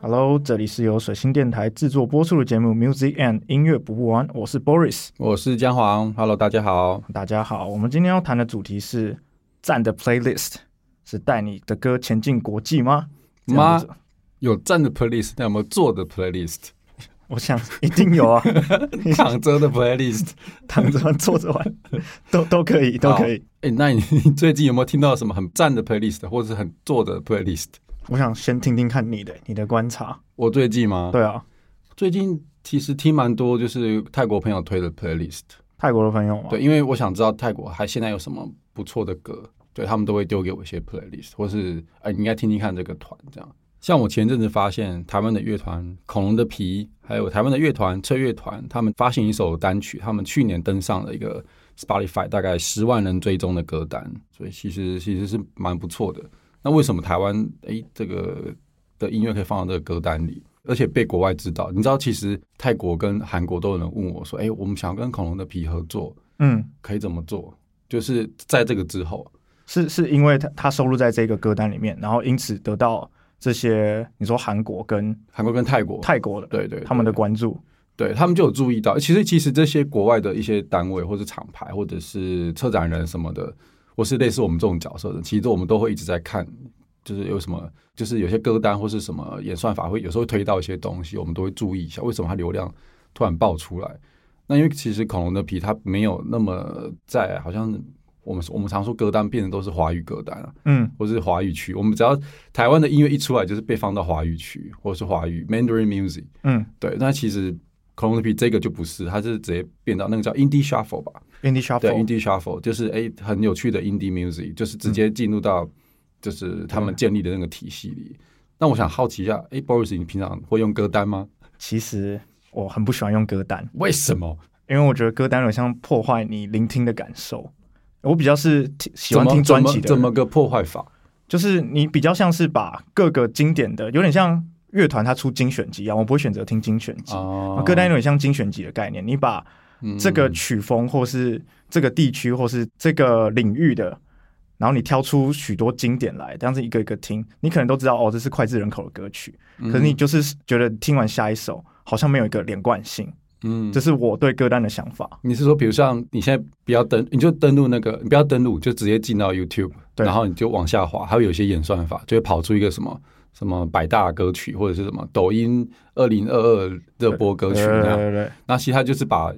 Hello，这里是由水星电台制作播出的节目《Music and 音乐不完》，我是 Boris，我是姜黄，Hello，大家好。大家好。我们今天要谈的主题是赞的 playlist，是带你的歌前进国际吗？这样妈子，有站的 playlist，那有没有坐的 playlist？我想一定有 啊，躺着的 playlist？躺着玩、坐着玩，都都可以，都可以。哎、那你你最近有没有听到什么很站的 playlist，或者是很坐的 playlist？我想先听听看你的你的观察。我最近吗？对啊，最近其实听蛮多，就是泰国朋友推的 playlist。泰国的朋友嘛，对，因为我想知道泰国还现在有什么不错的歌，对他们都会丢给我一些 playlist，或是哎、你应该听听看这个团这样。像我前阵子发现台湾的乐团恐龙的皮，还有台湾的乐团翠乐团，他们发行一首单曲，他们去年登上了一个 Spotify 大概十万人追踪的歌单，所以其实其实是蛮不错的。那为什么台湾哎这个的音乐可以放到这个歌单里，而且被国外知道？你知道其实泰国跟韩国都有人问我说，哎，我们想要跟恐龙的皮合作，嗯，可以怎么做？就是在这个之后，是是因为他他收录在这个歌单里面，然后因此得到这些你说韩国跟韩国跟泰国，泰国的对对对他们的关注，对他们就有注意到，其实其实这些国外的一些单位或者厂牌或者是策展人什么的，或是类似我们这种角色的，其实我们都会一直在看，就是有什么，就是有些歌单或是什么演算法会有时候会推到一些东西，我们都会注意一下，为什么它流量突然爆出来？那因为其实恐龙的皮它没有那么在，好像我们我们常说歌单变得都是华语歌单啊，嗯，或是华语区。我们只要台湾的音乐一出来，就是被放到华语区，或是华语 Mandarin Music。嗯，对，那其实 c o l o n p 这个就不是，它是直接变到那个叫 Indie Shuffle 吧？ indie 对 shuffle， ，Indie Shuffle 就是哎、很有趣的 Indie Music，就是直嗯接进入到就是他们建立的那个体系里。那我想好奇一下，哎、b o r i s 你平常会用歌单吗？其实我很不喜欢用歌单，为什么？因为我觉得歌单有像破坏你聆听的感受。我比较是听喜欢怎么听专辑的人怎么怎么个破坏法？就是你比较像是把各个经典的，有点像乐团它出精选集一样，我不会选择听精选集。哦歌单有点像精选集的概念，你把嗯这个曲风或是这个地区或是这个领域的，然后你挑出许多经典来，这样子一个一个听，你可能都知道哦，这是脍炙人口的歌曲，嗯可是你就是觉得听完下一首好像没有一个连贯性，嗯，这是我对歌单的想法。你是说，比如像你现在不要登，你就登录那个，你不要登录，就直接进到 YouTube，对然后你就往下滑，还会有一些演算法，就会跑出一个什么什么百大歌曲或者是什么抖音二零二二热播歌曲对对那样。对对，那其实它就是把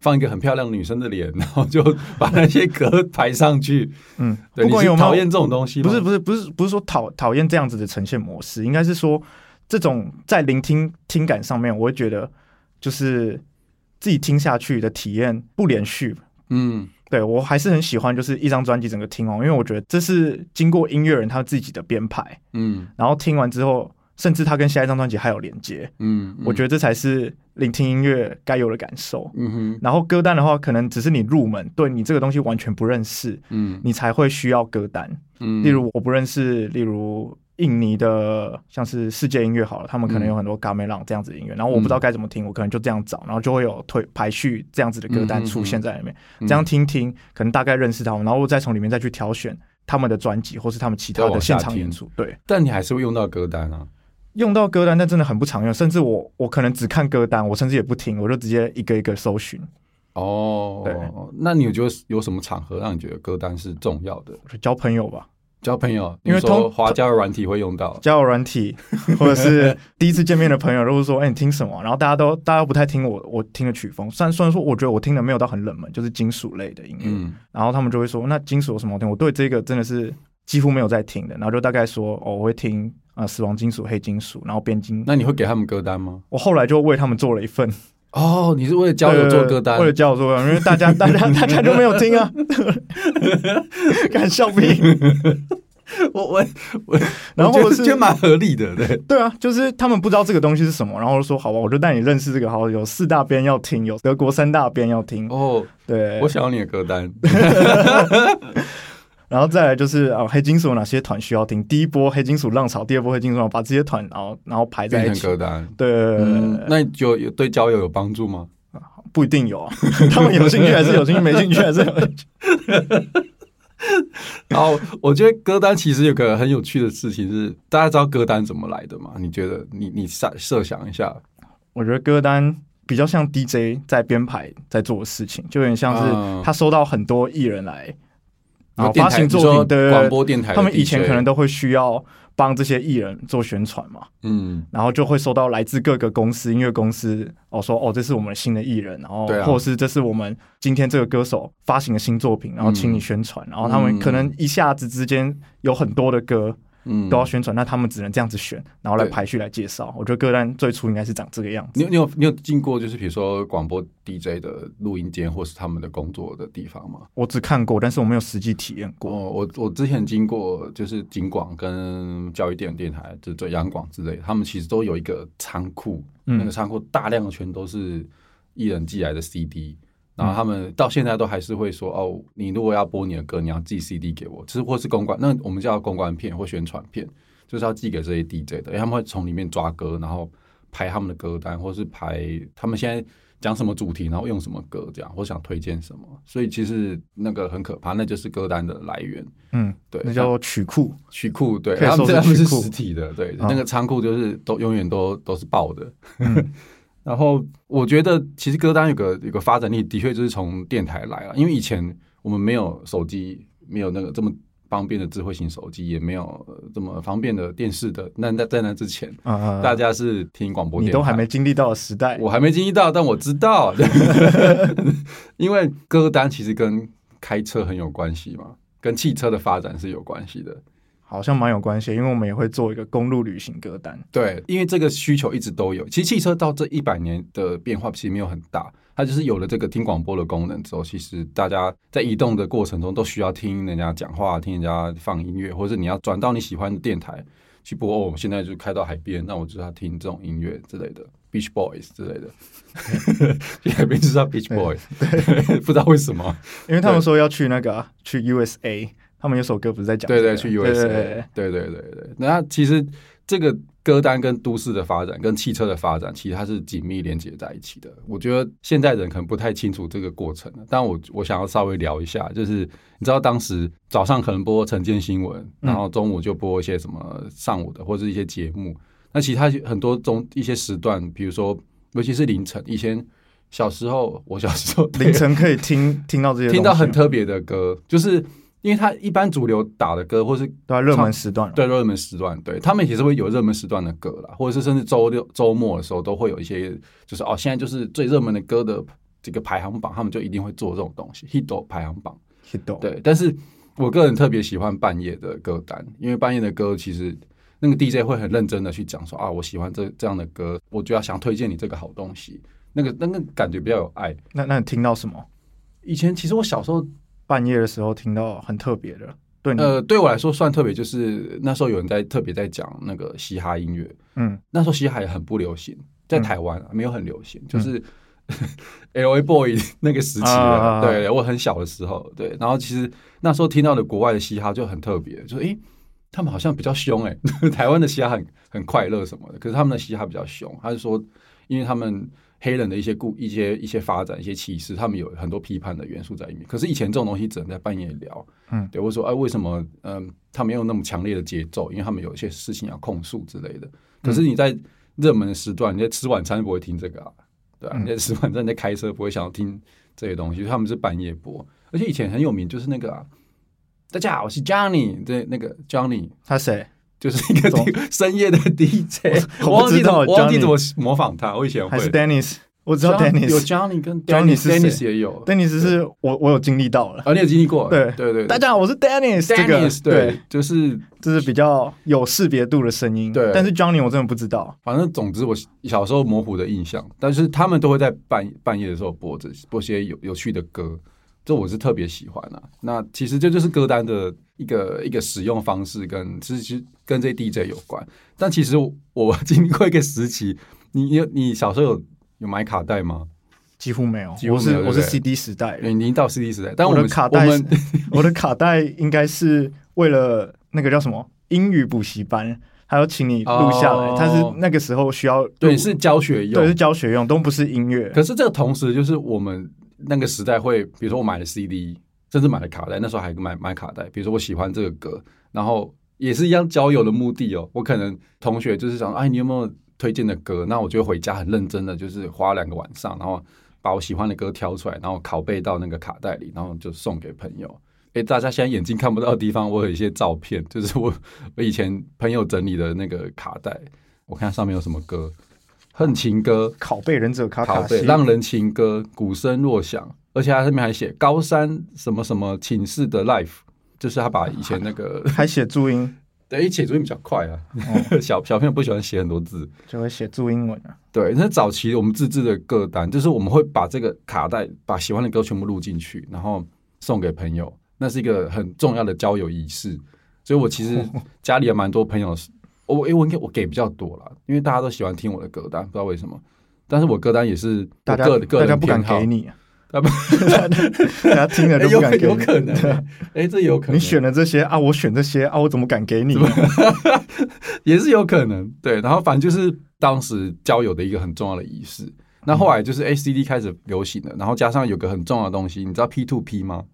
放一个很漂亮的女生的脸， 然后就把那些歌排上去。嗯，对，不你管是有没有讨厌这种东西吗？不是不是不是不是说讨讨厌这样子的呈现模式，应该是说这种在聆听听感上面，我会觉得就是自己听下去的体验不连续。嗯，对我还是很喜欢，就是一张专辑整个听完，因为我觉得这是经过音乐人他自己的编排，嗯然后听完之后，甚至他跟下一张专辑还有连接，嗯嗯，我觉得这才是聆听音乐该有的感受。嗯哼然后歌单的话，可能只是你入门，对你这个东西完全不认识，嗯你才会需要歌单。嗯，例如我不认识，例如印尼的像是世界音乐好了，他们可能有嗯很多嘎梅朗这样子的音乐，然后我不知道该怎么听，我可能就这样找，然后就会有推排序这样子的歌单出嗯现在里面，这样听听，可能大概认识他们，然后我再从里面再去挑选他们的专辑或是他们其他再的往下现场演听出。对，但你还是会用到歌单啊。用到歌单，但真的很不常用，甚至我我可能只看歌单，我甚至也不听，我就直接一个一个搜寻，哦，那你有觉得有什么场合让你觉得歌单是重要的？我就交朋友吧。交朋友，因为你说通华交友软体会用到，交友软 体，或者是第一次见面的朋友，如果说哎、你听什么，然后大家都大家都不太听我我听的曲风，虽然虽然说我觉得我听的没有到很冷门，就是金属类的音乐，嗯然后他们就会说那金属有什么好听？我对这个真的是几乎没有在听的，然后就大概说哦我会听啊、呃死亡金属、黑金属，然后边金。那你会给他们歌单吗？我后来就为他们做了一份呃哦，你是为了交友做歌单对，为了交友做歌单，因为大家大家大家就没有听啊， 敢笑屁。 我我我，然后或我觉者得是觉得蛮合理的，对，对啊，就是他们不知道这个东西是什么，然后说好吧，我就带你认识这个。好，有四大边要听，有德国三大边要听，哦，对我，想要你的歌单，然后再来就是啊、黑金属有哪些团需要听？第一波黑金属浪潮，第二波黑金属浪潮，把这些团然后然后排 在变一成起。呃歌单。对，嗯，那你就有对交友有帮助吗？不一定有啊，他们有兴趣还是有兴趣，没兴趣还是有兴趣。然后我觉得歌单其实有个很有趣的事情是，大家知道歌单怎么来的吗？你觉得你你设设想一下，我觉得歌单比较像 DJ 在编排在做的事情，就有点像嗯是他收到很多艺人来，然后电哦发台行作你说品的广播电台的 DJ，他们以前可能都会需要帮这些艺人做宣传嘛，嗯然后就会收到来自各个公司、音乐公司哦说哦，这是我们新的艺人，然后对啊或者是这是我们今天这个歌手发行的新作品，然嗯后请你宣传，然后他们可能一下子之间有很多的歌嗯都要宣传，那他们只能这样子选，然后来对排序来介绍。我觉得歌单最初应该是长这个样你子。有你有你有进过就是比如说广播 DJ 的录音间或是他们的工作的地方吗？我只看过，但是我没有实际体验过。哦，我我之前经过就是警广跟教育电电台，就是最央广之类的，他们其实都有一个仓库，嗯那个仓库大量全都是艺人寄来的 CD，然后他们到现在都还是会说哦，你如果要播你的歌，你要寄 CD 给我，其实或是公关，那我们叫公关片或宣传片，就是要寄给这些 DJ 的，因为他们会从里面抓歌，然后排他们的歌单，或是排他们现在讲什么主题，然后用什么歌这样，或想推荐什么。所以其实那个很可怕，那就是歌单的来源。嗯，对，那叫做曲库。曲库，对，嗯可以他们说是他们是曲库实体的，对，啊那个仓库就是都永远都都是爆的。嗯 然后我觉得其实歌单有个有个发展力，的确就是从电台来啊了，因为以前我们没有手机，没有那个这么方便的智慧型手机，也没有呃这么方便的电视的。那那在那之前，啊、大家是听广播电你台，都还没经历到的时代，我还没经历到，但我知 道，因为歌单其实跟开车很有关系嘛，跟汽车的发展是有关系的。好像蛮有关系，因为我们也会做一个公路旅行歌单。对，因为这个需求一直都有。其实汽车到这一百年的变化其实没有很大，它就是有了这个听广播的功能之后，其实大家在移动的过程中都需要听人家讲话、听人家放音乐，或者你要转到你喜欢的电台去播。哦，我现在就开到海边，那我就要听这种音乐之类的。Beach Boys 之类的，去 海边就是要 Beach Boys，不知 道为什么。因为他们说要去那个啊、去 USA，他们有首歌不是在讲、对这个对，去 USA，对对对对对对对。那其实这个歌单跟都市的发展、跟汽车的发展，其实它是紧密连接在一起的。我觉得现代人可能不太清楚这个过程，但我我想要稍微聊一下，就是你知道当时早上可能播晨间新闻，嗯然后中午就播一些什么上午的或者一些节目。那其实它很多中一些时段，比如说尤其是凌晨，以前小时候我小时候 凌晨可以听听到这些东西，听到很特别的歌，就是。因为它一般主流打的歌，或是对啊热门时段了，对热门时段，对他们也是会有热门时段的歌啦，或者是甚至周六周末的时候都会有一些，就是哦，现在就是最热门的歌的这个排行榜，他们就一定会做这种东西，hit 排行榜。 ，hit 对，但是我个人特别喜欢半夜的歌单，因为半夜的歌其实那个 DJ 会很认真的去讲说啊，我喜欢这这样的歌，我就要想推荐你这个好东西，那个那个感觉比较有爱。那那你听到什么？以前其实我小时候半夜的时候听到很特别的，对你，呃，对我来说算特别，就是那时候有人在特别在讲那个嘻哈音乐，嗯，那时候嘻哈也很不流行，在台湾、啊没有很流行，嗯就是 L A Boy 那个时期啊啊了。啊对，我很小的时候，对，然后其实那时候听到的国外的嘻哈就很特别，就是诶、他们好像比较凶诶、 台湾的嘻哈很很快乐什么的，可是他们的嘻哈比较凶，他是说，因为他们。黑人的一些故、一些一些发展、一些歧视，他们有很多批判的元素在里面。可是以前这种东西只能在半夜聊，嗯对，我说，哎、为什么，嗯，他没有那么强烈的节奏？因为他们有一些事情要控诉之类的。可是你嗯在热门的时段，你在吃晚餐不会听这个啊，对啊，嗯你在吃晚餐你在开车不会想要听这些东西，他们是半夜播，而且以前很有名就是那个、啊，大家好，我是 Johnny，对，那个 Johnny 他谁？就是一个懂深夜的 DJ，我忘记知怎道么我忘记 Johnny 怎么模仿他，我以前还会是 Dennis？我知道 Johnny- 有 Dennis，Dennis Johnny 跟 Johnny 是谁 Dennis 也有，是我我有经历到了。啊，你有经历过，对对对，大家好，我是 Dennis，这个 Dennis 对，就是这是比较有识别度的声音。对但是 Johnny 我真的不知道。反正总之我小时候模糊的印象，但是他们都会在半半夜的时候播这播些有有趣的歌，这我是特别喜欢啊。那其实这就是歌单的一个一个使用方式跟其实跟这些 DJ 有关。但其实我我 经过一个时期，你你有你小时候有有买卡带吗？几乎没有，几乎没有我是我是对不对 CD 时代的，你已经到 CD 时代，但我我的们卡带我们 我的卡带应该是为了那个叫什么英语补习班，还要请你录下来哦。它是那个时候需要录对是教学用对，是教学用，都不是音乐。可是这个同时就是我们那个时代会，比如说我买了 CD，甚至买了卡带，那时候还买买卡带。比如说我喜欢这个歌，然后也是一样交友的目的哦。我可能同学就是想，哎，你有没有推荐的歌？那我就会回家很认真的，就是花两个晚上，然后把我喜欢的歌挑出来，然后拷贝到那个卡带里，然后就送给朋友。哎，大家现在眼睛看不到的地方，我有一些照片， 就是我我以前朋友整理的那个卡带，我看上面有什么歌，《恨情歌》、拷贝忍者卡拷卡贝西， 《浪人情歌》，鼓声若响，而且它上面还写高山什么什么寝室的 life，就是他把以前那个，还写注音，对，写作业比较快啊，哦 小小朋友不喜欢写很多字，就会写注英文啊。对，那早期我们自制的歌单，就是我们会把这个卡带把喜欢的歌全部录进去，然后送给朋友，那是一个很重要的交友仪式。所以我其实哦家里有蛮多朋友是，我诶、我应该我给比较多啦，因为大家都喜欢听我的歌单，不知道为什么。但是我歌单也是我大家个大个人家不敢偏好给，你啊， 大家 大家听了哎都不有可敢给你。有可能对啊欸，哎、这有可能，你选了这些啊，我选这些啊，我怎么敢给 你？也是有可能，对。然后反正就是当时交友的一个很重要的仪式。那后来就是 A C D 开始流行了，然后加上有个很重要的东西，你知道 P to P 吗？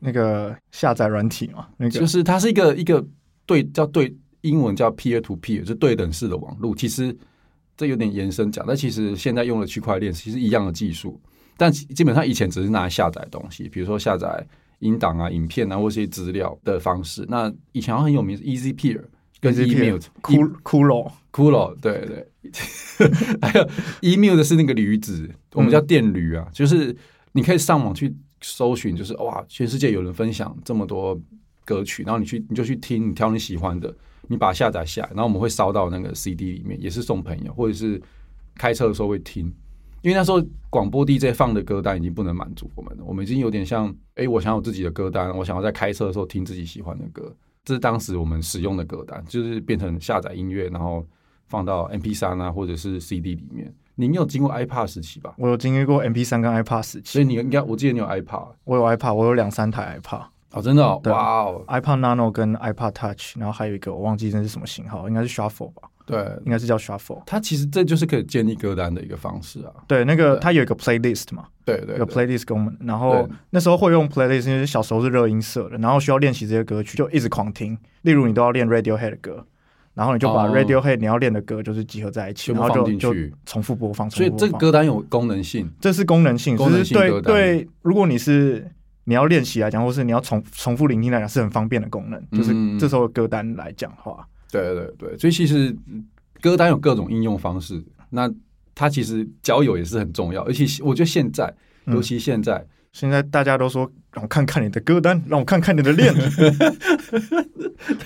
那个下载软体嘛，那就个是它是一个一个对叫对英文叫 peer to peer，就是对等式的网络。其实这有点延伸讲，但其实现在用的区块链其实一样的技术，但其基本上以前只是拿来下载东西，比如说下载音档啊、影片啊或是一些资料的方式。那以前好像很有名是 Easy Peer 跟 Easy Emute Peer，骷骷髅，骷髅，对对， 还有 email 的是那个驴子，我们叫电驴啊，就是你可以上网去搜寻，就是哇，全世界有人分享这么多歌曲，然后你去你就去听，你挑你喜欢的，你把它下载下来，然后我们会烧到那个 CD 里面，也是送朋友，或者是开车的时候会听。因为那时候广播 DJ 放的歌单已经不能满足我们了，我们已经有点像，哎、我想要有自己的歌单，我想要在开车的时候听自己喜欢的歌，这是当时我们使用的歌单，就是变成下载音乐，然后放到 MP 三啊或者是 CD 里面。你没有经过 iPad 时期吧？我有经历过 MP 三跟 iPad 时所期，以你应该，我记得你有 iPad 我有 iPad，我有两三台 iPad，iPad 哦，真的、哦，嗯对啊哇哦， Nano 跟 iPad Touch，然后还有一个我忘记那是什么型号，应该是 Shuffle 吧，对，应该是叫 Shuffle。它其实这就是可以建立歌单的一个方式啊，对，那个对它有一个 playlist 嘛，对有对个对 playlist 功能。然后对那时候会用 playlist，因为小时候是热音社的，然后需要练习这些歌曲，就一直狂听。例如你都要练 Radiohead 的歌，然后你就把哦 Radiohead 你要练的歌就是集合在一起，全部然后就放进就去重复播放。重所以复播这个放歌单有功能性，这是功能性，功能性就是对歌单对，如果你是你要练习来讲，或是你要重重复聆听来讲，是很方便的功能。就是嗯这时候的歌单来讲的话，对对对，所以其实嗯歌单有各种应用方式，那它其实交友也是很重要，而且我觉得现在，嗯尤其现在，现在大家都说让我看看你的歌单，让我看看你的 练，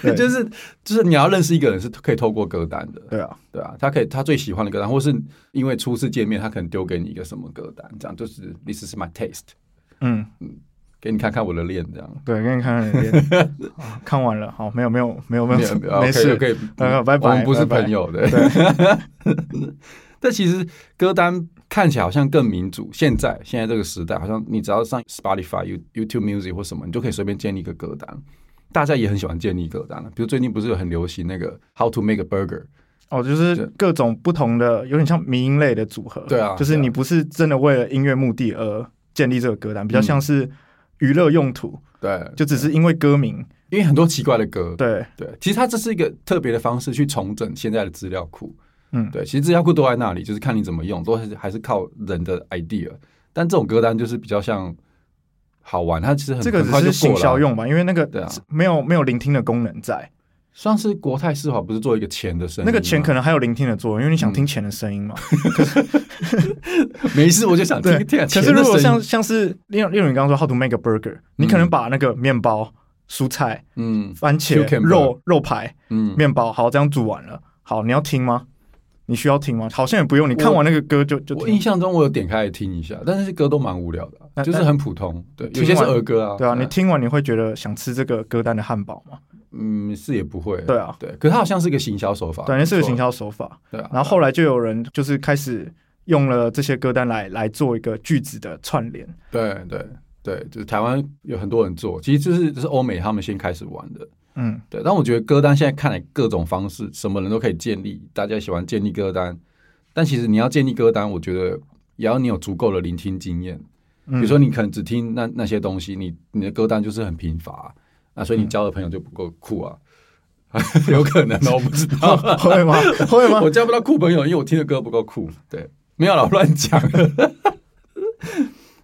对就是就是你要认识一个人是可以透过歌单的，对啊，对啊，他可以他最喜欢的歌单，或是因为初次见面，他可能丢给你一个什么歌单，这样就是 this is my taste，嗯。给你看看我的脸这样。对，给你看看脸 啊看完了，好，没有没有没有没没有有，没 有没事，可以，呃拜拜我们不是拜拜朋友的。 但其实歌单看起来好像更民主，现在现在这个时代，好像你只要上 Spotify、You YouTube Music 或什么，你就可以随便建立一个歌单。大家也很喜欢建立歌单了，啊比如最近不是有很流行那个 How to Make a Burger，哦，就是各种不同的，有点像迷音类的组合，对啊就是对啊你不是真的为了音乐目的而建立这个歌单，嗯比较像是娱乐用途，对，就只是因为歌名，因为很多奇怪的歌，对，对，其实它这是一个特别的方式去重整现在的资料库。嗯对，其实资料库都在那里，就是看你怎么用，都还是还是靠人的 idea。但这种歌单就是比较像好玩，它其实很这个很只快就是过行了。啊销用吧，因为那个对啊没有没有聆听的功能在，上次国泰世华不是做一个钱的声音吗，那个钱可能还有聆听的作用，因为你想听钱的声音嘛，没事，我就想听 对。听嗯啊可钱是的如果声像音。像是例如例如你刚刚说 how to make a burger，你可能把那个面包、蔬菜、嗯番茄、 Cucumber 肉肉排。嗯，面包，好，这样煮完了，好，你要听吗？你需要听吗？好像也不用，你看完那个歌就就我听印，象中我有点开来听一下，但是歌都蛮无聊的啊，那就是很普通。对，听有些是完儿歌啊。对啊，你听完你会觉得想吃这个歌单的汉堡吗？嗯是也不会。对啊，对，可是它好像是一个行销手法。对，那是个行销销。手法。对啊，然后后来就有人就是开始用了这些歌单来来做一个句子的串联，对对对，就是台湾有很多人做，其实就是就是欧美他们先开始玩的。嗯， 对，但我觉得歌单现在看来各种方式，什么人都可以建立，大家喜欢建立歌单，但其实你要建立歌单，我觉得也要你有足够的聆听经验。比如说你可能只听那那些东西，你你的歌单就是很贫乏、那所以你交的朋友就不够酷啊， 有可能哦，我不知道，会吗？会吗 我？交不到酷朋友，因为我听的歌不够酷。对，没有啦，我乱讲。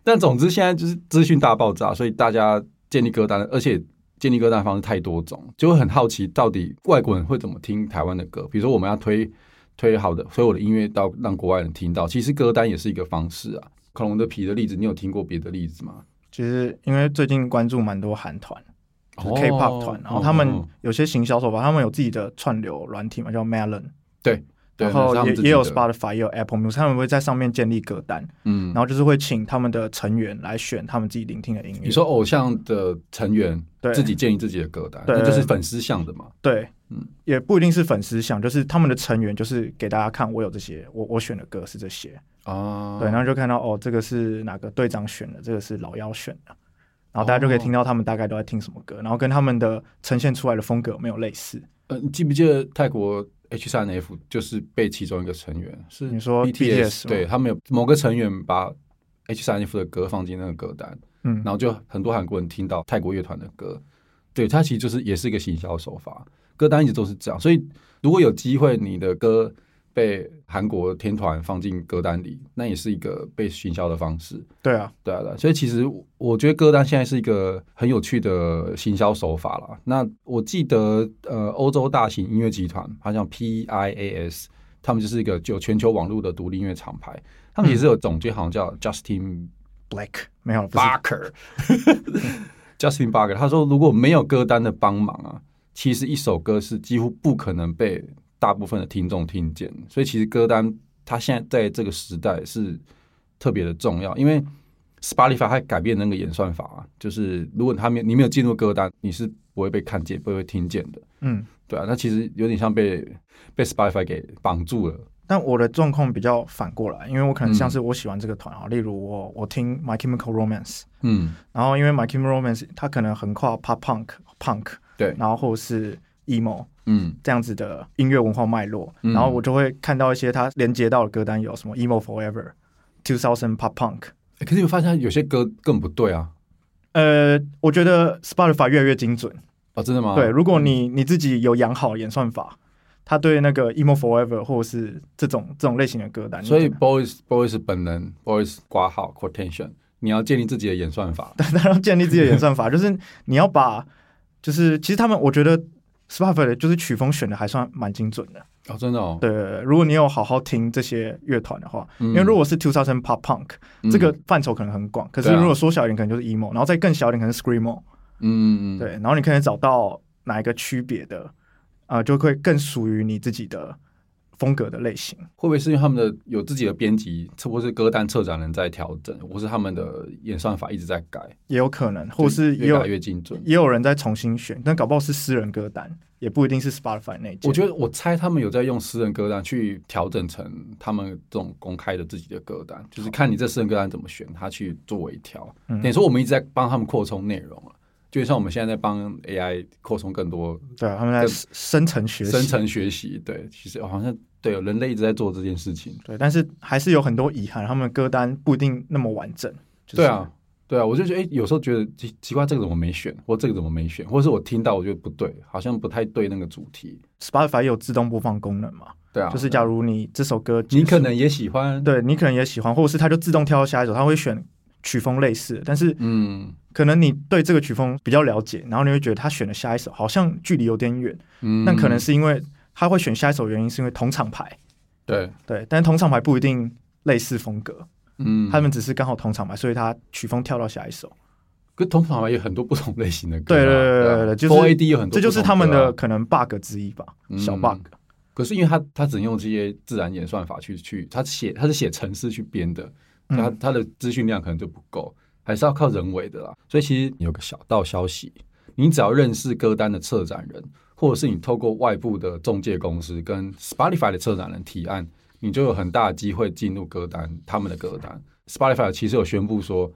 但总之，现在就是资讯大爆炸，所以大家建立歌单，而且建立歌单的方式太多种，就会很好奇到底外国人会怎么听台湾的歌。比如说，我们要推推好的，推我的音乐到让国外人听到，其实歌单也是一个方式啊。恐龙的皮的例子，你有听过别的例子吗其实因为最近关注蛮多韩团。就是 K-pop 团，然后他们哦有些行销手法，他们有自己的串流软体嘛，叫 Melon，对然后那是他也们自己也有的 Spotify，也有 Apple Music，他们会在上面建立歌单，嗯然，后就是会请他们的成员来选他们自己聆听的音乐。你说偶像的成员对自己建立自己的歌单，对那就是粉丝向的嘛。对，嗯也不一定是粉丝想，就是他们的成员就是给大家看我有这些，我我选的歌是这些，啊，对，然后就看到哦，这个是哪个队长选的，这个是老妖选的。然后大家就可以哦听到他们大概都在听什么歌，然后跟他们的呈现出来的风格有没有类似？呃，你记不记得泰国 H 三 F 就是被其中一个成员是你说 BTS， BTS 吗对他们有某个成员把 H 三 F 的歌放进那个歌单，嗯，然后就很多韩国人听到泰国乐团的歌，对，它其实就是也是一个行销手法，歌单一直都是这样，所以如果有机会你的歌被韩国天团放进歌单里，那也是一个被行销的方式。对啊，对啊，对啊，所以其实我我觉得歌单现在是一个很有趣的行销手法啦。那我记得呃，欧洲大型音乐集团，好像 PIAS，他们就是一个有全球网络的独立音乐厂牌，他们其实有总监，好像叫 Justin Black 没有，不是 Barker。Justin Barker 他说，如果没有歌单的帮忙啊，其实一首歌是几乎不可能被大部分的听众听见的。所以其实歌单它现在在这个时代是特别的重要，因为 Spotify 它改变那个演算法、啊，就是如果他没有你没有进入歌单，你是不会被看见、不会被听见的。嗯，对啊，那其实有点像被被 Spotify 给绑住了。但我的状况比较反过来，因为我可能像嗯是我喜欢这个团啊，例如我我听 My Chemical Romance，嗯，然后因为 My Chemical Romance 它可能横跨 Pop Punk、Punk，对，然后或是 emo 嗯，这样子的音乐文化脉络，嗯然后我就会看到一些它连接到的歌单有什么 emo forever、two thousand pop punk。欸可是你会发现它有些歌更不对啊。呃，我觉得 Spotify 越来越精准。哦，真的吗？对，如果嗯你你自己有养好演算法，它对那个 emo forever 或是这种这种类型的歌单，所啊以你 boys boys 本人 boys 挂号 quotation，你要建立自己的演算法。当然要建立自己的演算 法，就是你要把，就是其实他们我觉得 Spotify 的就是曲风选的还算蛮精准的。哦，真的哦。对对，对如果你有好好听这些乐团的话，嗯因为如果是 Two Thousand Pop Punk，、嗯这个范畴可能很广，可是对啊如果缩小一点，可能就是 emo，然后再更小一点，可能是 screamo、嗯，嗯，对，然后你可以找到哪一个区别的，呃，就会更属于你自己的风格的类型。会不会是因为他们的有自己的编辑，或是歌单策展人在调整，或是他们的演算法一直在改，也有可能，或是就也越有来越精准？也有人在重新选，但搞不好是私人歌单，也不一定是 Spotify 那一件。我觉得我猜他们有在用私人歌单去调整成他们这种公开的自己的歌单，就是看你这私人歌单怎么选，他去做微调。嗯等于说我们一直在帮他们扩充内容了，就像我们现在在帮 AI 扩充更多对啊，他们在更深深层学习，深层学习，对，其实好像对人类一直在做这件事情。对，但是还是有很多遗憾，他们歌单不一定那么完整。就是、对啊，对啊，我就觉得，哎、有时候觉得奇奇怪，这个怎么没选，或这个怎么没选，或是我听到我觉得不对，好像不太对那个主题。 ，Spotify 也有自动播放功能嘛，对啊，就是假如你这首歌结束，你可能也喜欢，，对你可能也喜欢，或者是它就自动跳到下一首，它会选曲风类似的，但是嗯可能你对这个曲风比较了解，然后你会觉得它选的下一首好像距离有点远，嗯，但可能是因为它会选下一首原因是因为同厂牌，对，对，但同厂牌不一定类似风格，嗯，他们只是刚好同厂牌，所以它曲风跳到下一首，跟同行有很多不同类型的歌、啊，对对对对对对，就是 f o AD 有很多、这就是他们啊的。可能 bug 之一吧，嗯小 bug。可是因为他他只能用这些自然演算法去去，他写他是写程式去编的，嗯他他的资讯量可能就不够，还是要靠人为的啦。所以其实有个小道消息，你只要认识歌单的策展人，或者是你透过外部的中介公司跟 Spotify 的策展人提案，你就有很大的机会进入歌单，他们的歌单。Spotify 其实有宣布说，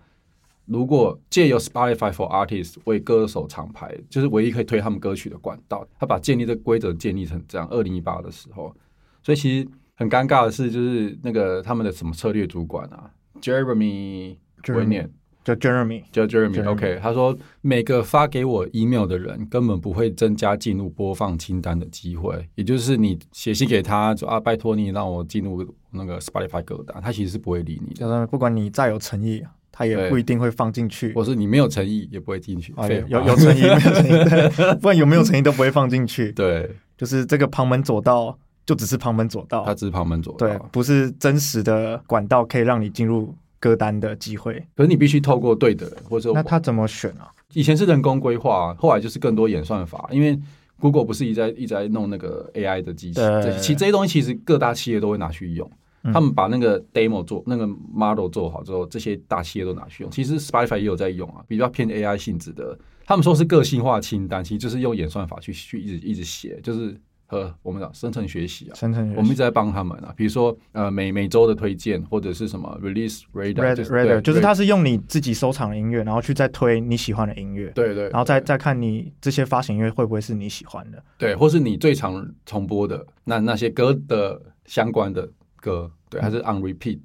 如果借由 Spotify for Artists 为歌手厂牌，就是唯一可以推他们歌曲的管道，他把建立的规则建立成这样。二零一八的时候，所以其实很尴尬的是，就是那个他们的什么策略主管啊，Jeremy Jeremy w i n n e t 就 Jeremy，叫 Jeremy Jeremy，OK，、他说每个发给我 email 的人根本不会增加进入播放清单的机会，也就是你写信给他说啊，拜托你让我进入那个 Spotify 歌单，他其实是不会理你的，就是不管你再有诚意，他也对不一定会放进去。或是你没有诚意也不会进去。啊，废有话有有诚意，没有诚意， 对不然有没有诚意都不会放进去。对，就是这个旁门左道，就只是旁门左道他，只是旁门左对道，，不是真实的管道可以让你进入歌单的机会。可是你必须透过对的人，或者那他怎么选啊？以前是人工规划，后来就是更多演算法，因为 Google 不是一直在一直在弄那个 AI 的机器，对这其这些东西其实各大企业都会拿去用。嗯他们把那个 demo 做那个 model 做好之后，这些大企业都拿去用。其实 Spotify 也有在用啊，比较偏 AI 性质的。他们说是个性化清单，其实就是用演算法去去一直一直写，就是和我们讲生成学习啊。深层学习我们一直在帮他们啊，比如说呃每每周的推荐或者是什么 release radar， Red 对 Red 就是他是用你自己收藏的音乐，然后去再推你喜欢的音乐，对对，然后再再看你这些发行音乐会不会是你喜欢的。对，或是你最常重播的那那些歌的相关的歌，对，还是 on repeat。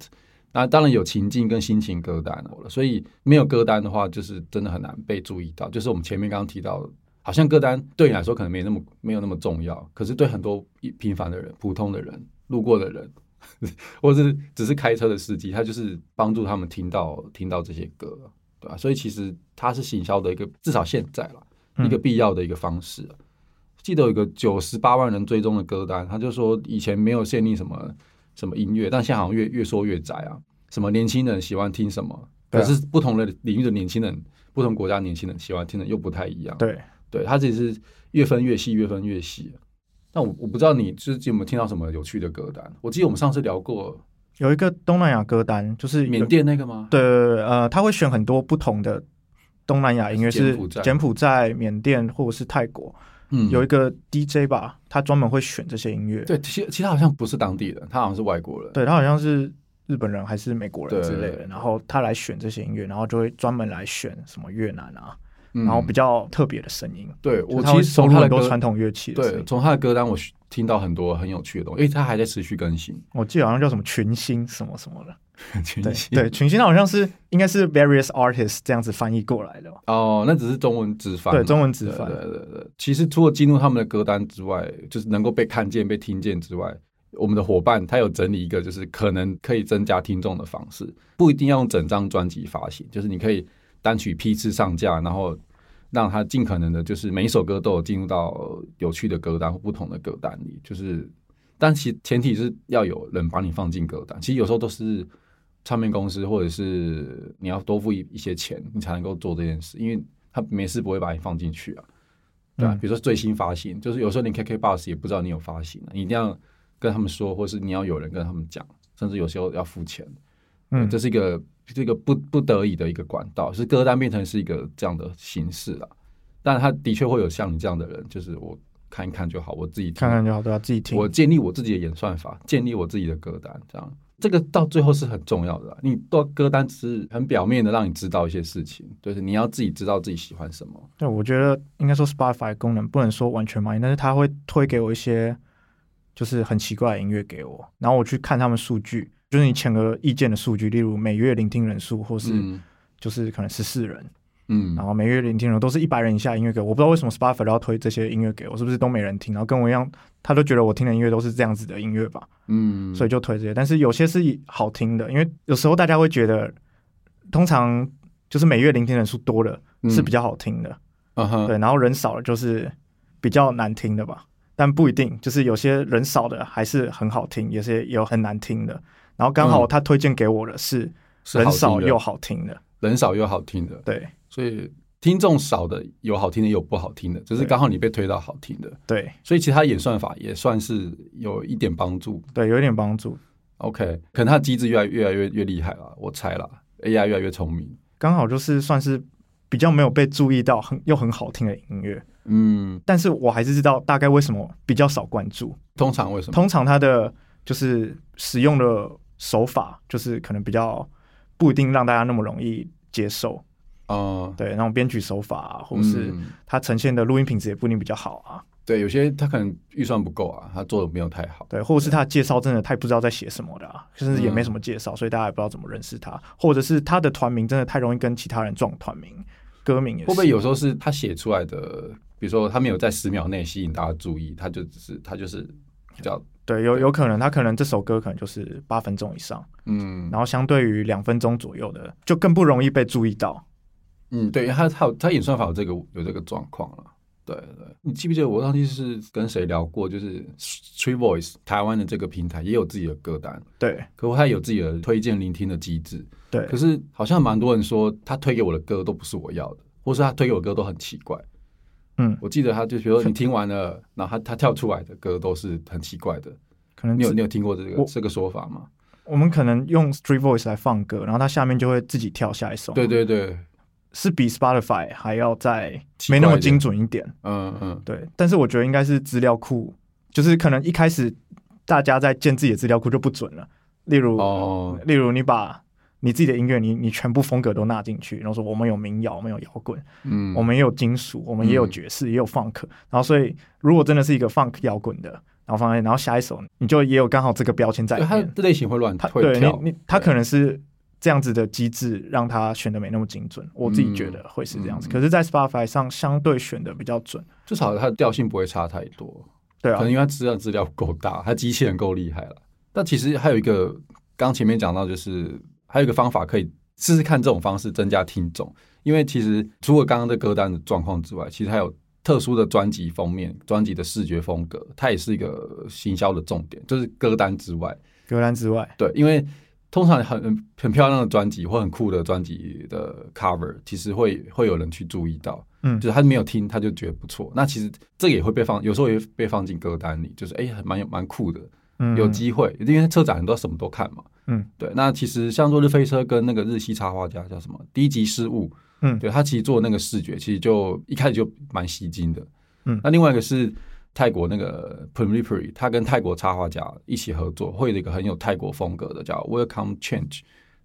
那当然有情境跟心情歌单了，所以没有歌单的话，就是真的很难被注意到。就是我们前面刚刚提到的，好像歌单对你来说可能没那么没有那么重要，可是对很多一平凡的人、普通的人、路过的人， 或是只是开车的司机，他就是帮助他们听到听到这些歌，对吧、所以其实它是行销的一个，至少现在啦，嗯一个必要的一个方式啊、记得有一个九十八万人追踪的歌单，他就说以前没有限定什么什么音乐，但现在好像越越说越窄啊。什么年轻人喜欢听什么，对可啊是不同的领域的年轻人，不同国家年轻人喜欢听的又不太一样。对，对，它只是越分越细，越分越细。但我我不知道你最近有没有听到什么有趣的歌单？我记得我们上次聊过有一个东南亚歌单，就是有缅甸那个吗？对呃，他会选很多不同的东南亚音乐，柬是埔寨柬埔寨、缅甸或者是泰国，嗯，有一个 DJ 吧，他专门会选这些音乐。对，其其实他好像不是当地人，他好像是外国人。对他好像是日本人还是美国人对之类的，然后他来选这些音乐，然后就会专门来选什么越南啊，嗯，然后比较特别的声音。对就是我他其会实收从录他很的多歌传统乐器的声对，音。从他的歌单我学听到很多很有趣的东西，因为他还在持续更新。我记得好像叫什么群星什么什么的。群对星对，群星好像是应该是 various artists 这样子翻译过来的吧。 哦，那只是中文直翻嘛，对，中文直翻对。对对对，其实除了进入他们的歌单之外，就是能够被看见、被听见之外，我们的伙伴他有整理一个，就是可能可以增加听众的方式，不一定要用整张专辑发行，就是你可以单曲批次上架，然后让它尽可能的，就是每一首歌都有进入到有趣的歌单或不同的歌单里，就是。但其前提是要有人把你放进歌单，其实有时候都是唱片公司或者是你要多付一一些钱，你才能够做这件事，因为他没事不会把你放进去啊。对啊，嗯比如说最新发行，就是有时候你 KK Bus 也不知道你有发行、啊，你一定要跟他们说，或是你要有人跟他们讲，甚至有时候要付钱。嗯这，是一个这个不不得已的一个管道，是歌单变成是一个这样的形式啊。但他的确会有像你这样的人，就是我看一看就好，我自己听看看就好，对吧、自己听。我建立我自己的演算法，建立我自己的歌单，这样这个到最后是很重要的啊、你到歌单只是很表面的让你知道一些事情，就是你要自己知道自己喜欢什么。对，我觉得应该说 Spotify 功能不能说完全满意，但是它会推给我一些就是很奇怪的音乐给我，然后我去看他们数据，就是你前额意见的数据，例如每月聆听人数，或是嗯就是可能十四人，嗯然后每月聆听人都是一百人以下的音乐给我，我不知道为什么 Spotify 都要推这些音乐给我，是不是都没人听？然后跟我一样，他都觉得我听的音乐都是这样子的音乐吧，嗯，所以就推这些。但是有些是好听的，因为有时候大家会觉得，通常就是每月聆听人数多的是比较好听的。嗯哼，对，然后人少了就是比较难听的吧，但不一定，就是有些人少的还是很好听，有些也有很难听的。然后刚好嗯他推荐给我的是是人好听少的又好听的，人少又好听的，对所以听众少的有好听的有不好听的，只是对刚好你被推到好听的，对所以其实它演算法也算是有一点帮助。对，有一点帮助。 OK，可能它的机制越来越来越越厉害了，我猜啦，AI 越来越聪明。刚好就是算是比较没有被注意到，很又很好听的音乐，嗯，但是我还是知道大概为什么比较少关注。通常为什么？通常它的就是使用的手法，就是可能比较不一定让大家那么容易接受。哦、对，那种编曲手法、啊，或是嗯它呈现的录音品质也不一定比较好啊，对，有些他可能预算不够啊，他做的没有太好。对，或者是他的介绍真的太不知道在写什么的、啊，甚至也没什么介绍，所以大家也不知道怎么认识他，或者是他的团名真的太容易跟其他人撞团名，歌名也会是不会有时候是他写出来的，比如说他没有在十秒内吸引大家注意，他就只是他就是比较对，有有可能他可能这首歌可能就是八分钟以上，嗯然后相对于两分钟左右的就更不容易被注意到。嗯，对，因为他他有他演算法有这个有这个状况了。对对，你记不记得我当时是跟谁聊过？就是 Tree Voice 台湾的这个平台也有自己的歌单，对可它有自己的推荐聆听的机制。对可是好像蛮多人说他推给我的歌都不是我要的，或是他推给我的歌都很奇怪。嗯我记得他就比如说你听完了，然后他他跳出来的歌都是很奇怪的。可能你有只你有听过这个嗯我这个说法吗？我们可能用 Street Voice 来放歌，然后它下面就会自己跳下一首。对，对对，是比 Spotify 还要再奇没怪一点那么精准一点。嗯嗯，对，但是我觉得应该是资料库，就是可能一开始大家在建自己的资料库就不准了。例如，哦例如你把你自己的音乐，你你全部风格都纳进去，然后说我们有民谣，我们有摇滚，嗯，我们也有金属，我们也有嗯爵士，也有 funk。然后，所以如果真的是一个 funk 摇滚的，然后放在，然后下一首你就也有刚好这个标签在对里它面。的类型会乱他会对跳你，你他可能是这样子的机制让他选的没那么精准，我自己觉得会是这样子。嗯可是，在 Spotify 上相对选的比较准，至少它的调性不会差太多。对可啊能，因为它资料资料够大，它机器人够厉害了。但其实还有一个，刚前面讲到，就是还有一个方法可以试试看这种方式增加听众，因为其实除了刚刚的歌单的状况之外，其实还有特殊的专辑封面、专辑的视觉风格，它也是一个行销的重点，就是歌单之外，格兰之外，对，因为通常很很漂亮的专辑或很酷的专辑的 cover，其实会会有人去注意到，嗯就是他没有听，他就觉得不错。那其实这个也会被放，有时候也会被放进歌单里，就是哎，还蛮有蛮酷的，嗯，有机会，因为车展很多什么都看嘛。嗯，对，那其实像落日飞车跟那个日系插画家叫什么低级失误，嗯对他其实做那个视觉，其实就一开始就蛮吸睛的。嗯那另外一个是泰国那个 p r i m i p r i 他跟泰国插画家一起合作，会有一个很有泰国风格的叫 Welcome Change。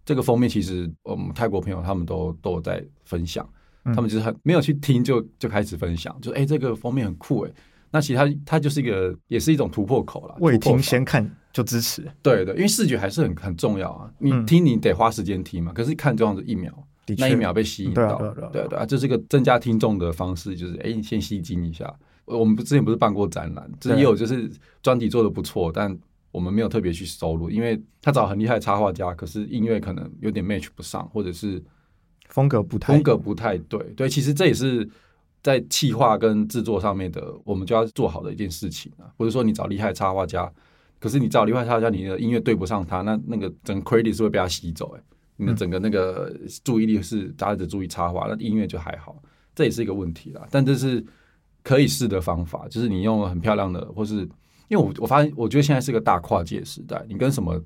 这个封面其实我们泰国朋友他们都都有在分享，嗯他们就是很没有去听就就开始分享，就哎、这个封面很酷哎、那其实它它就是一个也是一种突破口啦，未突破听口先看就支持，对的，因为视觉还是很很重要啊。你嗯听你得花时间听嘛，可是看这样子一秒，的确那一秒被吸引到，对啊对啊对啊对啊啊这是个增加听众的方式，就是哎，你先吸睛一下。呃我们不之前不是办过展览，就是对也有就是专题做的不错，但我们没有特别去收录，因为他找很厉害的插画家，可是音乐可能有点 match 不上，或者是风格不太风格不太对。对，其实这也是在企划跟制作上面的，我们就要做好的一件事情啊。不是说你找厉害的插画家，可是你找厉害的插画家，你的音乐对不上他，那那个整个 credit 是会被他吸走、欸，你嗯的整个那个注意力是大家只注意插画，那音乐就还好，这也是一个问题啦。但这是可以试的方法，就是你用很漂亮的，或是因为我我发现，我觉得现在是个大跨界时代，你跟什么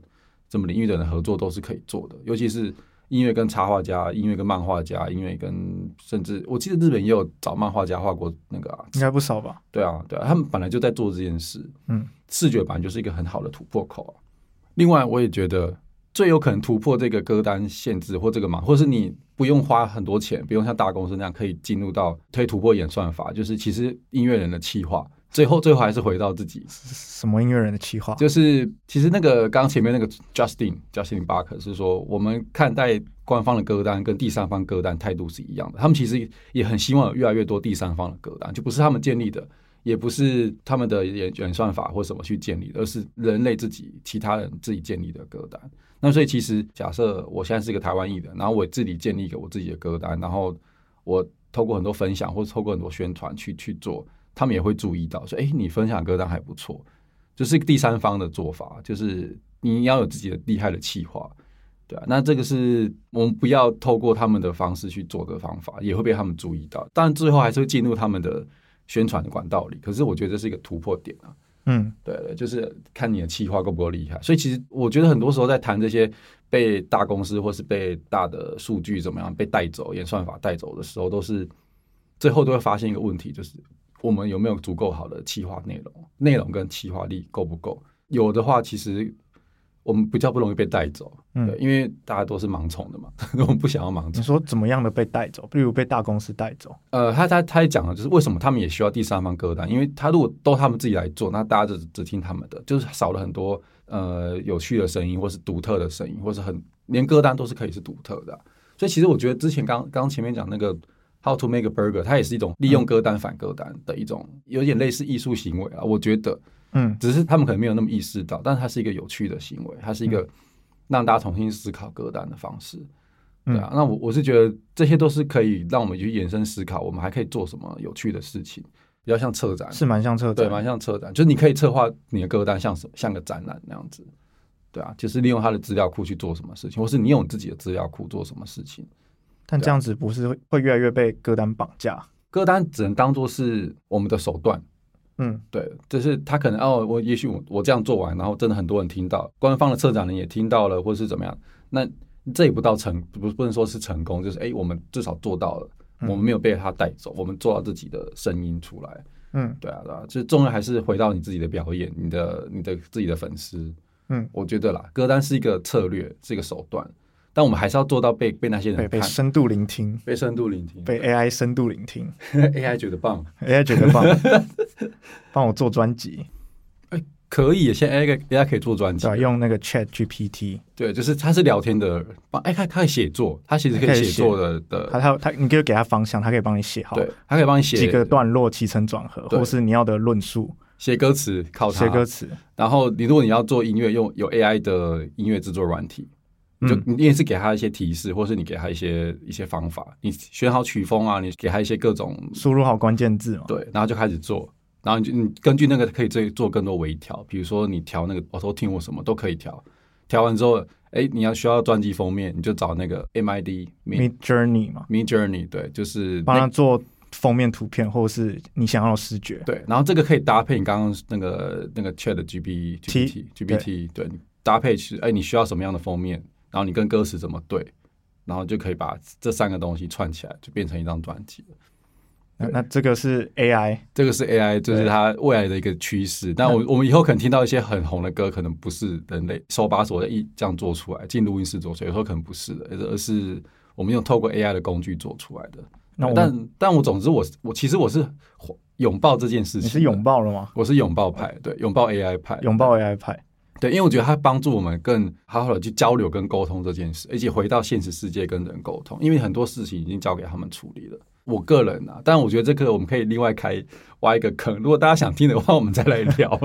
什么领域的人合作都是可以做的，尤其是音乐跟插画家、音乐跟漫画家、音乐跟甚至我记得日本也有找漫画家画过那个、啊，应该不少吧？对啊，对啊，他们本来就在做这件事，嗯，视觉版就是一个很好的突破口啊。另外，我也觉得最有可能突破这个歌单限制或这个嘛，或是你不用花很多钱，不用像大公司那样可以进入到可以突破演算法，就是其实音乐人的气化，最后最后还是回到自己，什么音乐人的企划？就是其实那个刚前面那个 Justin Justin Barker 是说，我们看待官方的歌单跟第三方歌单态度是一样的。他们其实也很希望有越来越多第三方的歌单，就不是他们建立的，也不是他们的演演算法或什么去建立的，而是人类自己、其他人自己建立的歌单。那所以其实假设我现在是一个台湾艺人，然后我自己建立一个我自己的歌单，然后我透过很多分享或透过很多宣传去去做，他们也会注意到说，哎，你分享歌单还不错。就是第三方的做法，就是你要有自己的厉害的企划，对啊，那这个是我们不要透过他们的方式去做的方法，也会被他们注意到。当然最后还是会进入他们的宣传的管道里，可是我觉得这是一个突破点啊。嗯，对对，就是看你的企划够不够厉害。所以其实我觉得很多时候在谈这些被大公司或是被大的数据怎么样被带走、演算法带走的时候，都是最后都会发现一个问题，就是我们有没有足够好的企划内容，内容跟企划力够不够？有的话，其实我们比较不容易被带走，嗯对，因为大家都是盲从的嘛， 我们不想要盲你从。说怎么样的被带走？例如被大公司带走，呃，他他他也讲了，就是为什么他们也需要第三方歌单，因为他如果都他们自己来做，那大家就只只听他们的，就是少了很多呃有趣的声音，或是独特的声音，或是很连歌单都是可以是独特的啊、所以其实我觉得之前刚刚前面讲那个 How to Make a Burger，它也是一种利用歌单反歌单的一种，有点类似艺术行为啊，我觉得。嗯只是他们可能没有那么意识到，但是它是一个有趣的行为，它是一个让大家重新思考歌单的方式。对啊，那我我是觉得这些都是可以让我们去延伸思考，我们还可以做什么有趣的事情，比较像策展，是蛮像车啊对，展，蛮像策展，就是你可以策划你的歌单像什像个展览那样子，对啊，就是利用他的资料库去做什么事情，或是你有你自己的资料库做什么事情。啊但这样子不是会会越来越被歌单绑架？歌单只能当做是我们的手段，嗯，对，就是他可能哦，我也许我我这样做完，然后真的很多人听到，官方的策展人也听到了，或是怎么样，那这也不到成，不不能说是成功，就是哎，我们至少做到了，我们没有被他带走，我们做到自己的声音出来，嗯，对啊，对啊，就是重要还是回到你自己的表演，你的你的自己的粉丝，嗯，我觉得啦，歌单是一个策略，是一个手段，但我们还是要做到被被那些被人被看，深度聆听，被深度聆听， 被 AI 深度聆听 AI 觉得棒。 ，AI 觉 得棒，帮我做专辑，可以，现在 AI 可以 AI 可以做专辑对吧？，啊用那个 Chat GPT，对，就是他是聊天的，帮哎，他他可以写作，他其实可以写作的他的，他他，你可以给他方向，他可以帮你写好对，他可以帮你写几个段落、起承转合，对或是你要的论述、写歌词，靠他写歌词，然后你如果你要做音乐，用有 AI 的音乐制作软体，就嗯你也是给他一些提示，或是你给他一些一些方法，你选好曲风啊，你给他一些各种输入好关键字嘛。对，然后就开始做，然后你就你根据那个可以做做更多微调，比如说你调那个 auto tune 或什么都可以调，调完之后，哎，你要需要专辑封面，你就找那个 MID Mid Mid Journey 嘛， Mid Journey，对，就是帮那他做封面图片，或是你想要的视觉。对，然后这个可以搭配你刚刚那个那个 Chat G B G P T G P T，对，你搭配是哎，你需要什么样的封面，然后你跟歌词怎么对，然后就可以把这三个东西串起来，就变成一张专辑了。那对那这个是 AI，这个是 AI，就是对它未来的一个趋势。但我我们以后可能听到一些很红的歌，可能不是人类手把手的一这样做出来，进录音室做出来，有时候可能不是的，而是我们用透过 AI 的工具做出来的。那我们但但我总之我是我其实我是拥抱这件事你情，是拥抱了吗？我是拥抱派，对，拥抱 AI 派，嗯拥抱 AI 派，对，因为我觉得它帮助我们更好好的去交流跟沟通这件事，而且回到现实世界跟人沟通，因为很多事情已经交给他们处理了。我个人啊，但我觉得这个我们可以另外开挖一个坑，如果大家想听的话，我们再来 聊。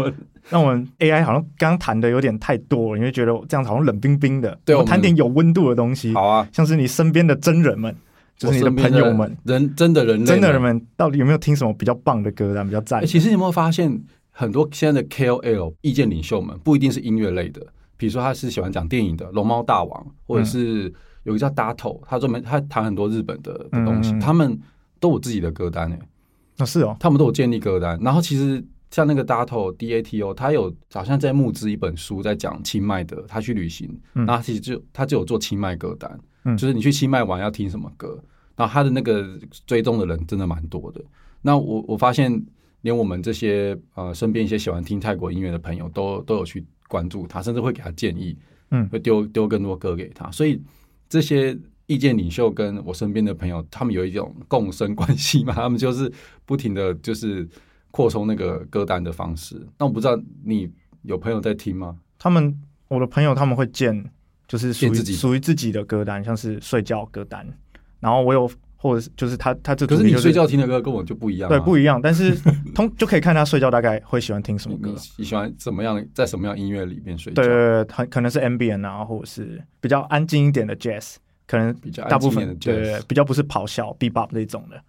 那我们 AI 好像刚谈的有点太多了，你会觉得这样子好像冷冰冰的。对我我们们谈点有温度的东西，好啊，像是你身边的真人们，就是你的朋友们，我身边的人真的人类真的人们到底有没有听什么比较棒的歌单，比较赞欸、？其实你有没有发现，很多现在的 KOL 意见领袖们不一定是音乐类的，比如说他是喜欢讲电影的《龙猫大王》，或者嗯是有一个叫 Dato，他专门他谈很多日本的的东西，嗯嗯嗯他们都有自己的歌单诶、那、是哦，他们都有建立歌单。然后其实像那个 Dato D A T O，他有好像在募资一本书，在讲清迈的，他去旅行，嗯那、他其实就他就有做清迈歌单，嗯就是你去清迈玩要听什么歌，然后他的那个追踪的人真的蛮多的。那我我发现，连我们这些呃身边一些喜欢听泰国音乐的朋友都都有去关注他，甚至会给他建议，嗯会丢丢更多歌给他，所以这些。意见领袖跟我身边的朋友，他们有一种共生关系嘛，他们就是不停的就是扩充那个歌单的方式。那我不知道你有朋友在听吗？他们我的朋友他们会建，就是属建于自己属于自己的歌单，像是睡觉歌单。然后我有，或者是就是他他这可是主题你就是睡觉听的歌跟我就不一样、啊，对不一样，但 是通就可以看他睡觉大概会喜欢听什么你歌你。你喜欢怎么样，在什么样音乐里面睡觉？对对对，很可能是 ambient 啊，或者是比较安静一点的 jazz，可能比较大安部静一分点的对对对 jazz，比较不是咆哮 bebop 那种的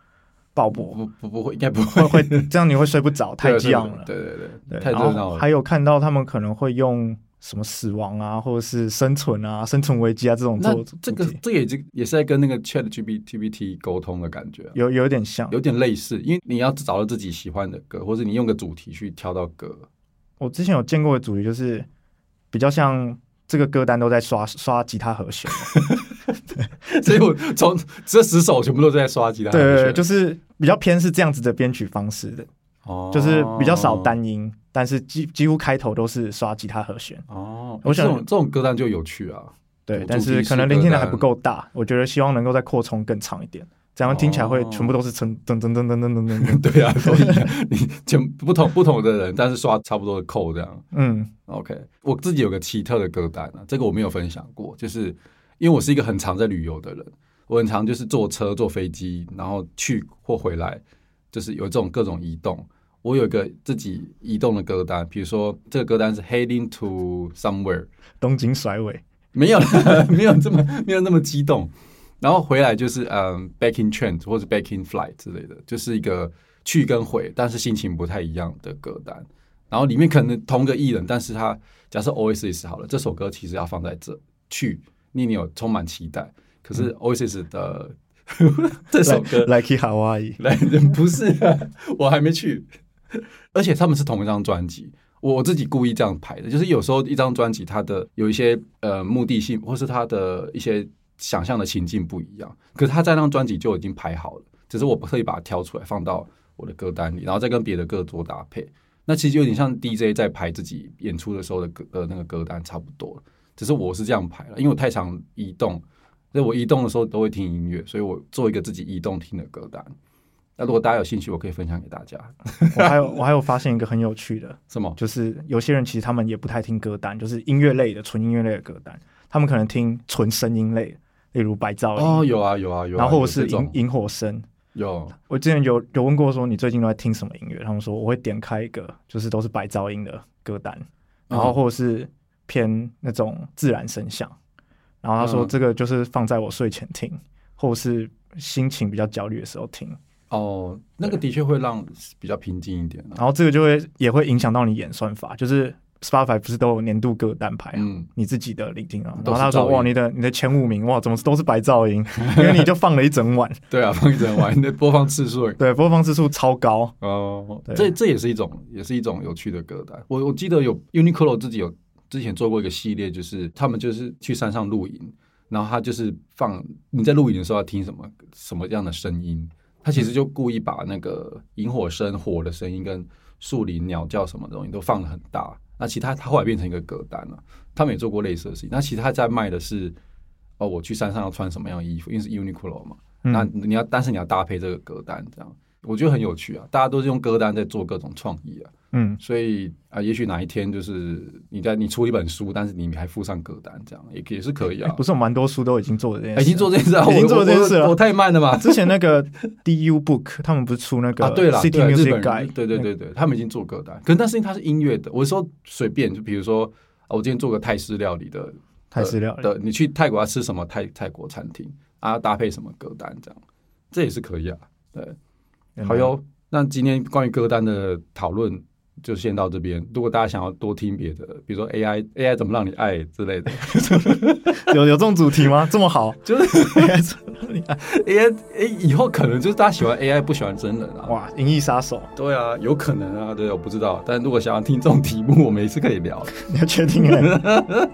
爆不 破，不不不会，应该不会会，会这样你会睡不着，太对啊激昂了。对对对对，对，太热然后闹了还。有看到他们可能会用什么死亡啊，或者是生存啊、生存危机啊这种那做这个主题这也就也是在跟那个 Chat G B T B T 沟通的感觉啊、有有点像。有点类似，因为你要找到自己喜欢的歌，或者你用个主题去挑到歌。我之前有见过的主题就是比较像这个歌单都在刷刷吉他和弦，啊 所以我从这十首全部都在刷吉他和对弦。对对，就是比较偏是这样子的编曲方式的。哦，就是比较少单音，但是几几乎开头都是刷吉他和弦。哦。我我想想这种这种歌单就有趣啊，对主，但主是题可能式聆听歌量还单不够大，我觉得希望能够再扩充更长一点，这样听起来会哦全部都是噔噔噔噔噔噔噔噔噔。对啊，都一样。你就不同不同的人，但是刷差不多的扣这样。嗯 OK，我自己有个奇特的歌单啊，这个我没有分享过，就是因为我是一个很常在旅游的人，我很常就是坐车、坐飞机，然后去或回来，就是有这种各种移动。我有一个自己移动的歌单，比如说这个歌单是 Heading to Somewhere，东京甩尾，没有啦 没有这么没有那么激动。然后回来就是嗯、b a c k in train 或者 back in flight 之类的，就是一个去跟回，但是心情不太一样的歌单。然后里面可能同个艺人，但是他假设 Oasis 好了，这首歌其实要放在这去，你你有充满期待。可是 Oasis 的、 这 首歌 Like Like Hawaii，来人不是、啊，我还没去，而且他们是同一张专辑。我自己故意这样排的，就是有时候一张专辑它的有一些呃目的性，或是它的一些想象的情境不一样，可是他在那张专辑就已经排好了，只是我特意把它挑出来放到我的歌单里，然后再跟别的歌做搭配。那其实有点像 DJ 在排自己演出的时候的歌呃的那个歌单差不多了，只是我是这样排了，因为我太常移动，所以我移动的时候都会听音乐，所以我做一个自己移动听的歌单。那如果大家有兴趣，我可以分享给大家。我还有我还有发现一个很有趣的，什么？就是有些人其实他们也不太听歌单，就是音乐类的纯音乐类的歌单，他们可能听纯声音类，例如白噪音，哦，有啊，有啊，有啊。然后或有者是哦这种萤萤火声。有我之前有有问过说你最近都在听什么音乐，他们说我会点开一个就是都是白噪音的歌单，然嗯后或者是偏那种自然声响，然后他说嗯这个就是放在我睡前听，或者是心情比较焦虑的时候听，哦，那个的确会让比较平静一点啊。然后这个就会也会影响到你演算法，就是 Spotify 不是都有年度歌单排行嗯，你自己的聆听啊，然都后是他说噪音哇，你的你的前五名哇，怎么都是白噪音， 因为你就放了一整晚，对啊，放一整晚，那播放次数对，播放次数超高，哦对，这这也是一种，也是一种有趣的歌单。我我记得有 Uniqlo 自己有之前做过一个系列，就是他们就是去山上露营，然后他就是放你在露营的时候要听什么什么样的声音，他其实就故意把那个萤火声、火的声音跟树林鸟叫什么东西都放的很大。那其他他后来变成一个歌单了、他们也做过类似的事情。那其实他在卖的是哦，我去山上要穿什么样的衣服，因为是 Uniqlo 嘛。那你要，但是你要搭配这个歌单，这样我觉得很有趣啊！大家都是用歌单在做各种创意啊，嗯，所以啊、也许哪一天就是你在你出一本书，但是你还附上歌单，这样也可也是可以啊哎不。是有蛮多书都已经做了这件哎事，已经做这件事啊，我已经做这件事了我我我太慢了嘛。之前那个 DU Book，他们不是出那个啊，对了， City 对啊日 Music 本 Guide，人，对对对对，他们已经做歌单，可是但是它是音乐的，我说随便，就比如说啊，我今天做个泰式料理的呃泰式料理，的，你去泰国要吃什么泰泰国餐厅啊，要搭配什么歌单，这样这也是可以啊，对。原来好，哟，那今天关于歌单的讨论就先到这边。如果大家想要多听别的，比如说 AI AI 怎么让你爱之类的 有有这种主题吗？这么好，就是 AI，哎，以后可能就是大家喜欢 AI 不喜欢真人啊。哇，《银翼杀手》，对啊，有可能啊，对，我不知道。但如果想要听这种题目，我们也是可以聊。 你要确定欸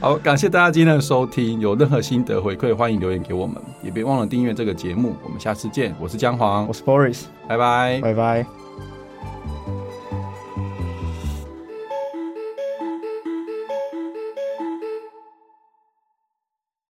好，感谢大家今天的收听，有任何心得回馈，欢迎留言给我们，也别忘了订阅这个节目。我们下次见，我是姜黄我，是 Boris，拜拜拜拜。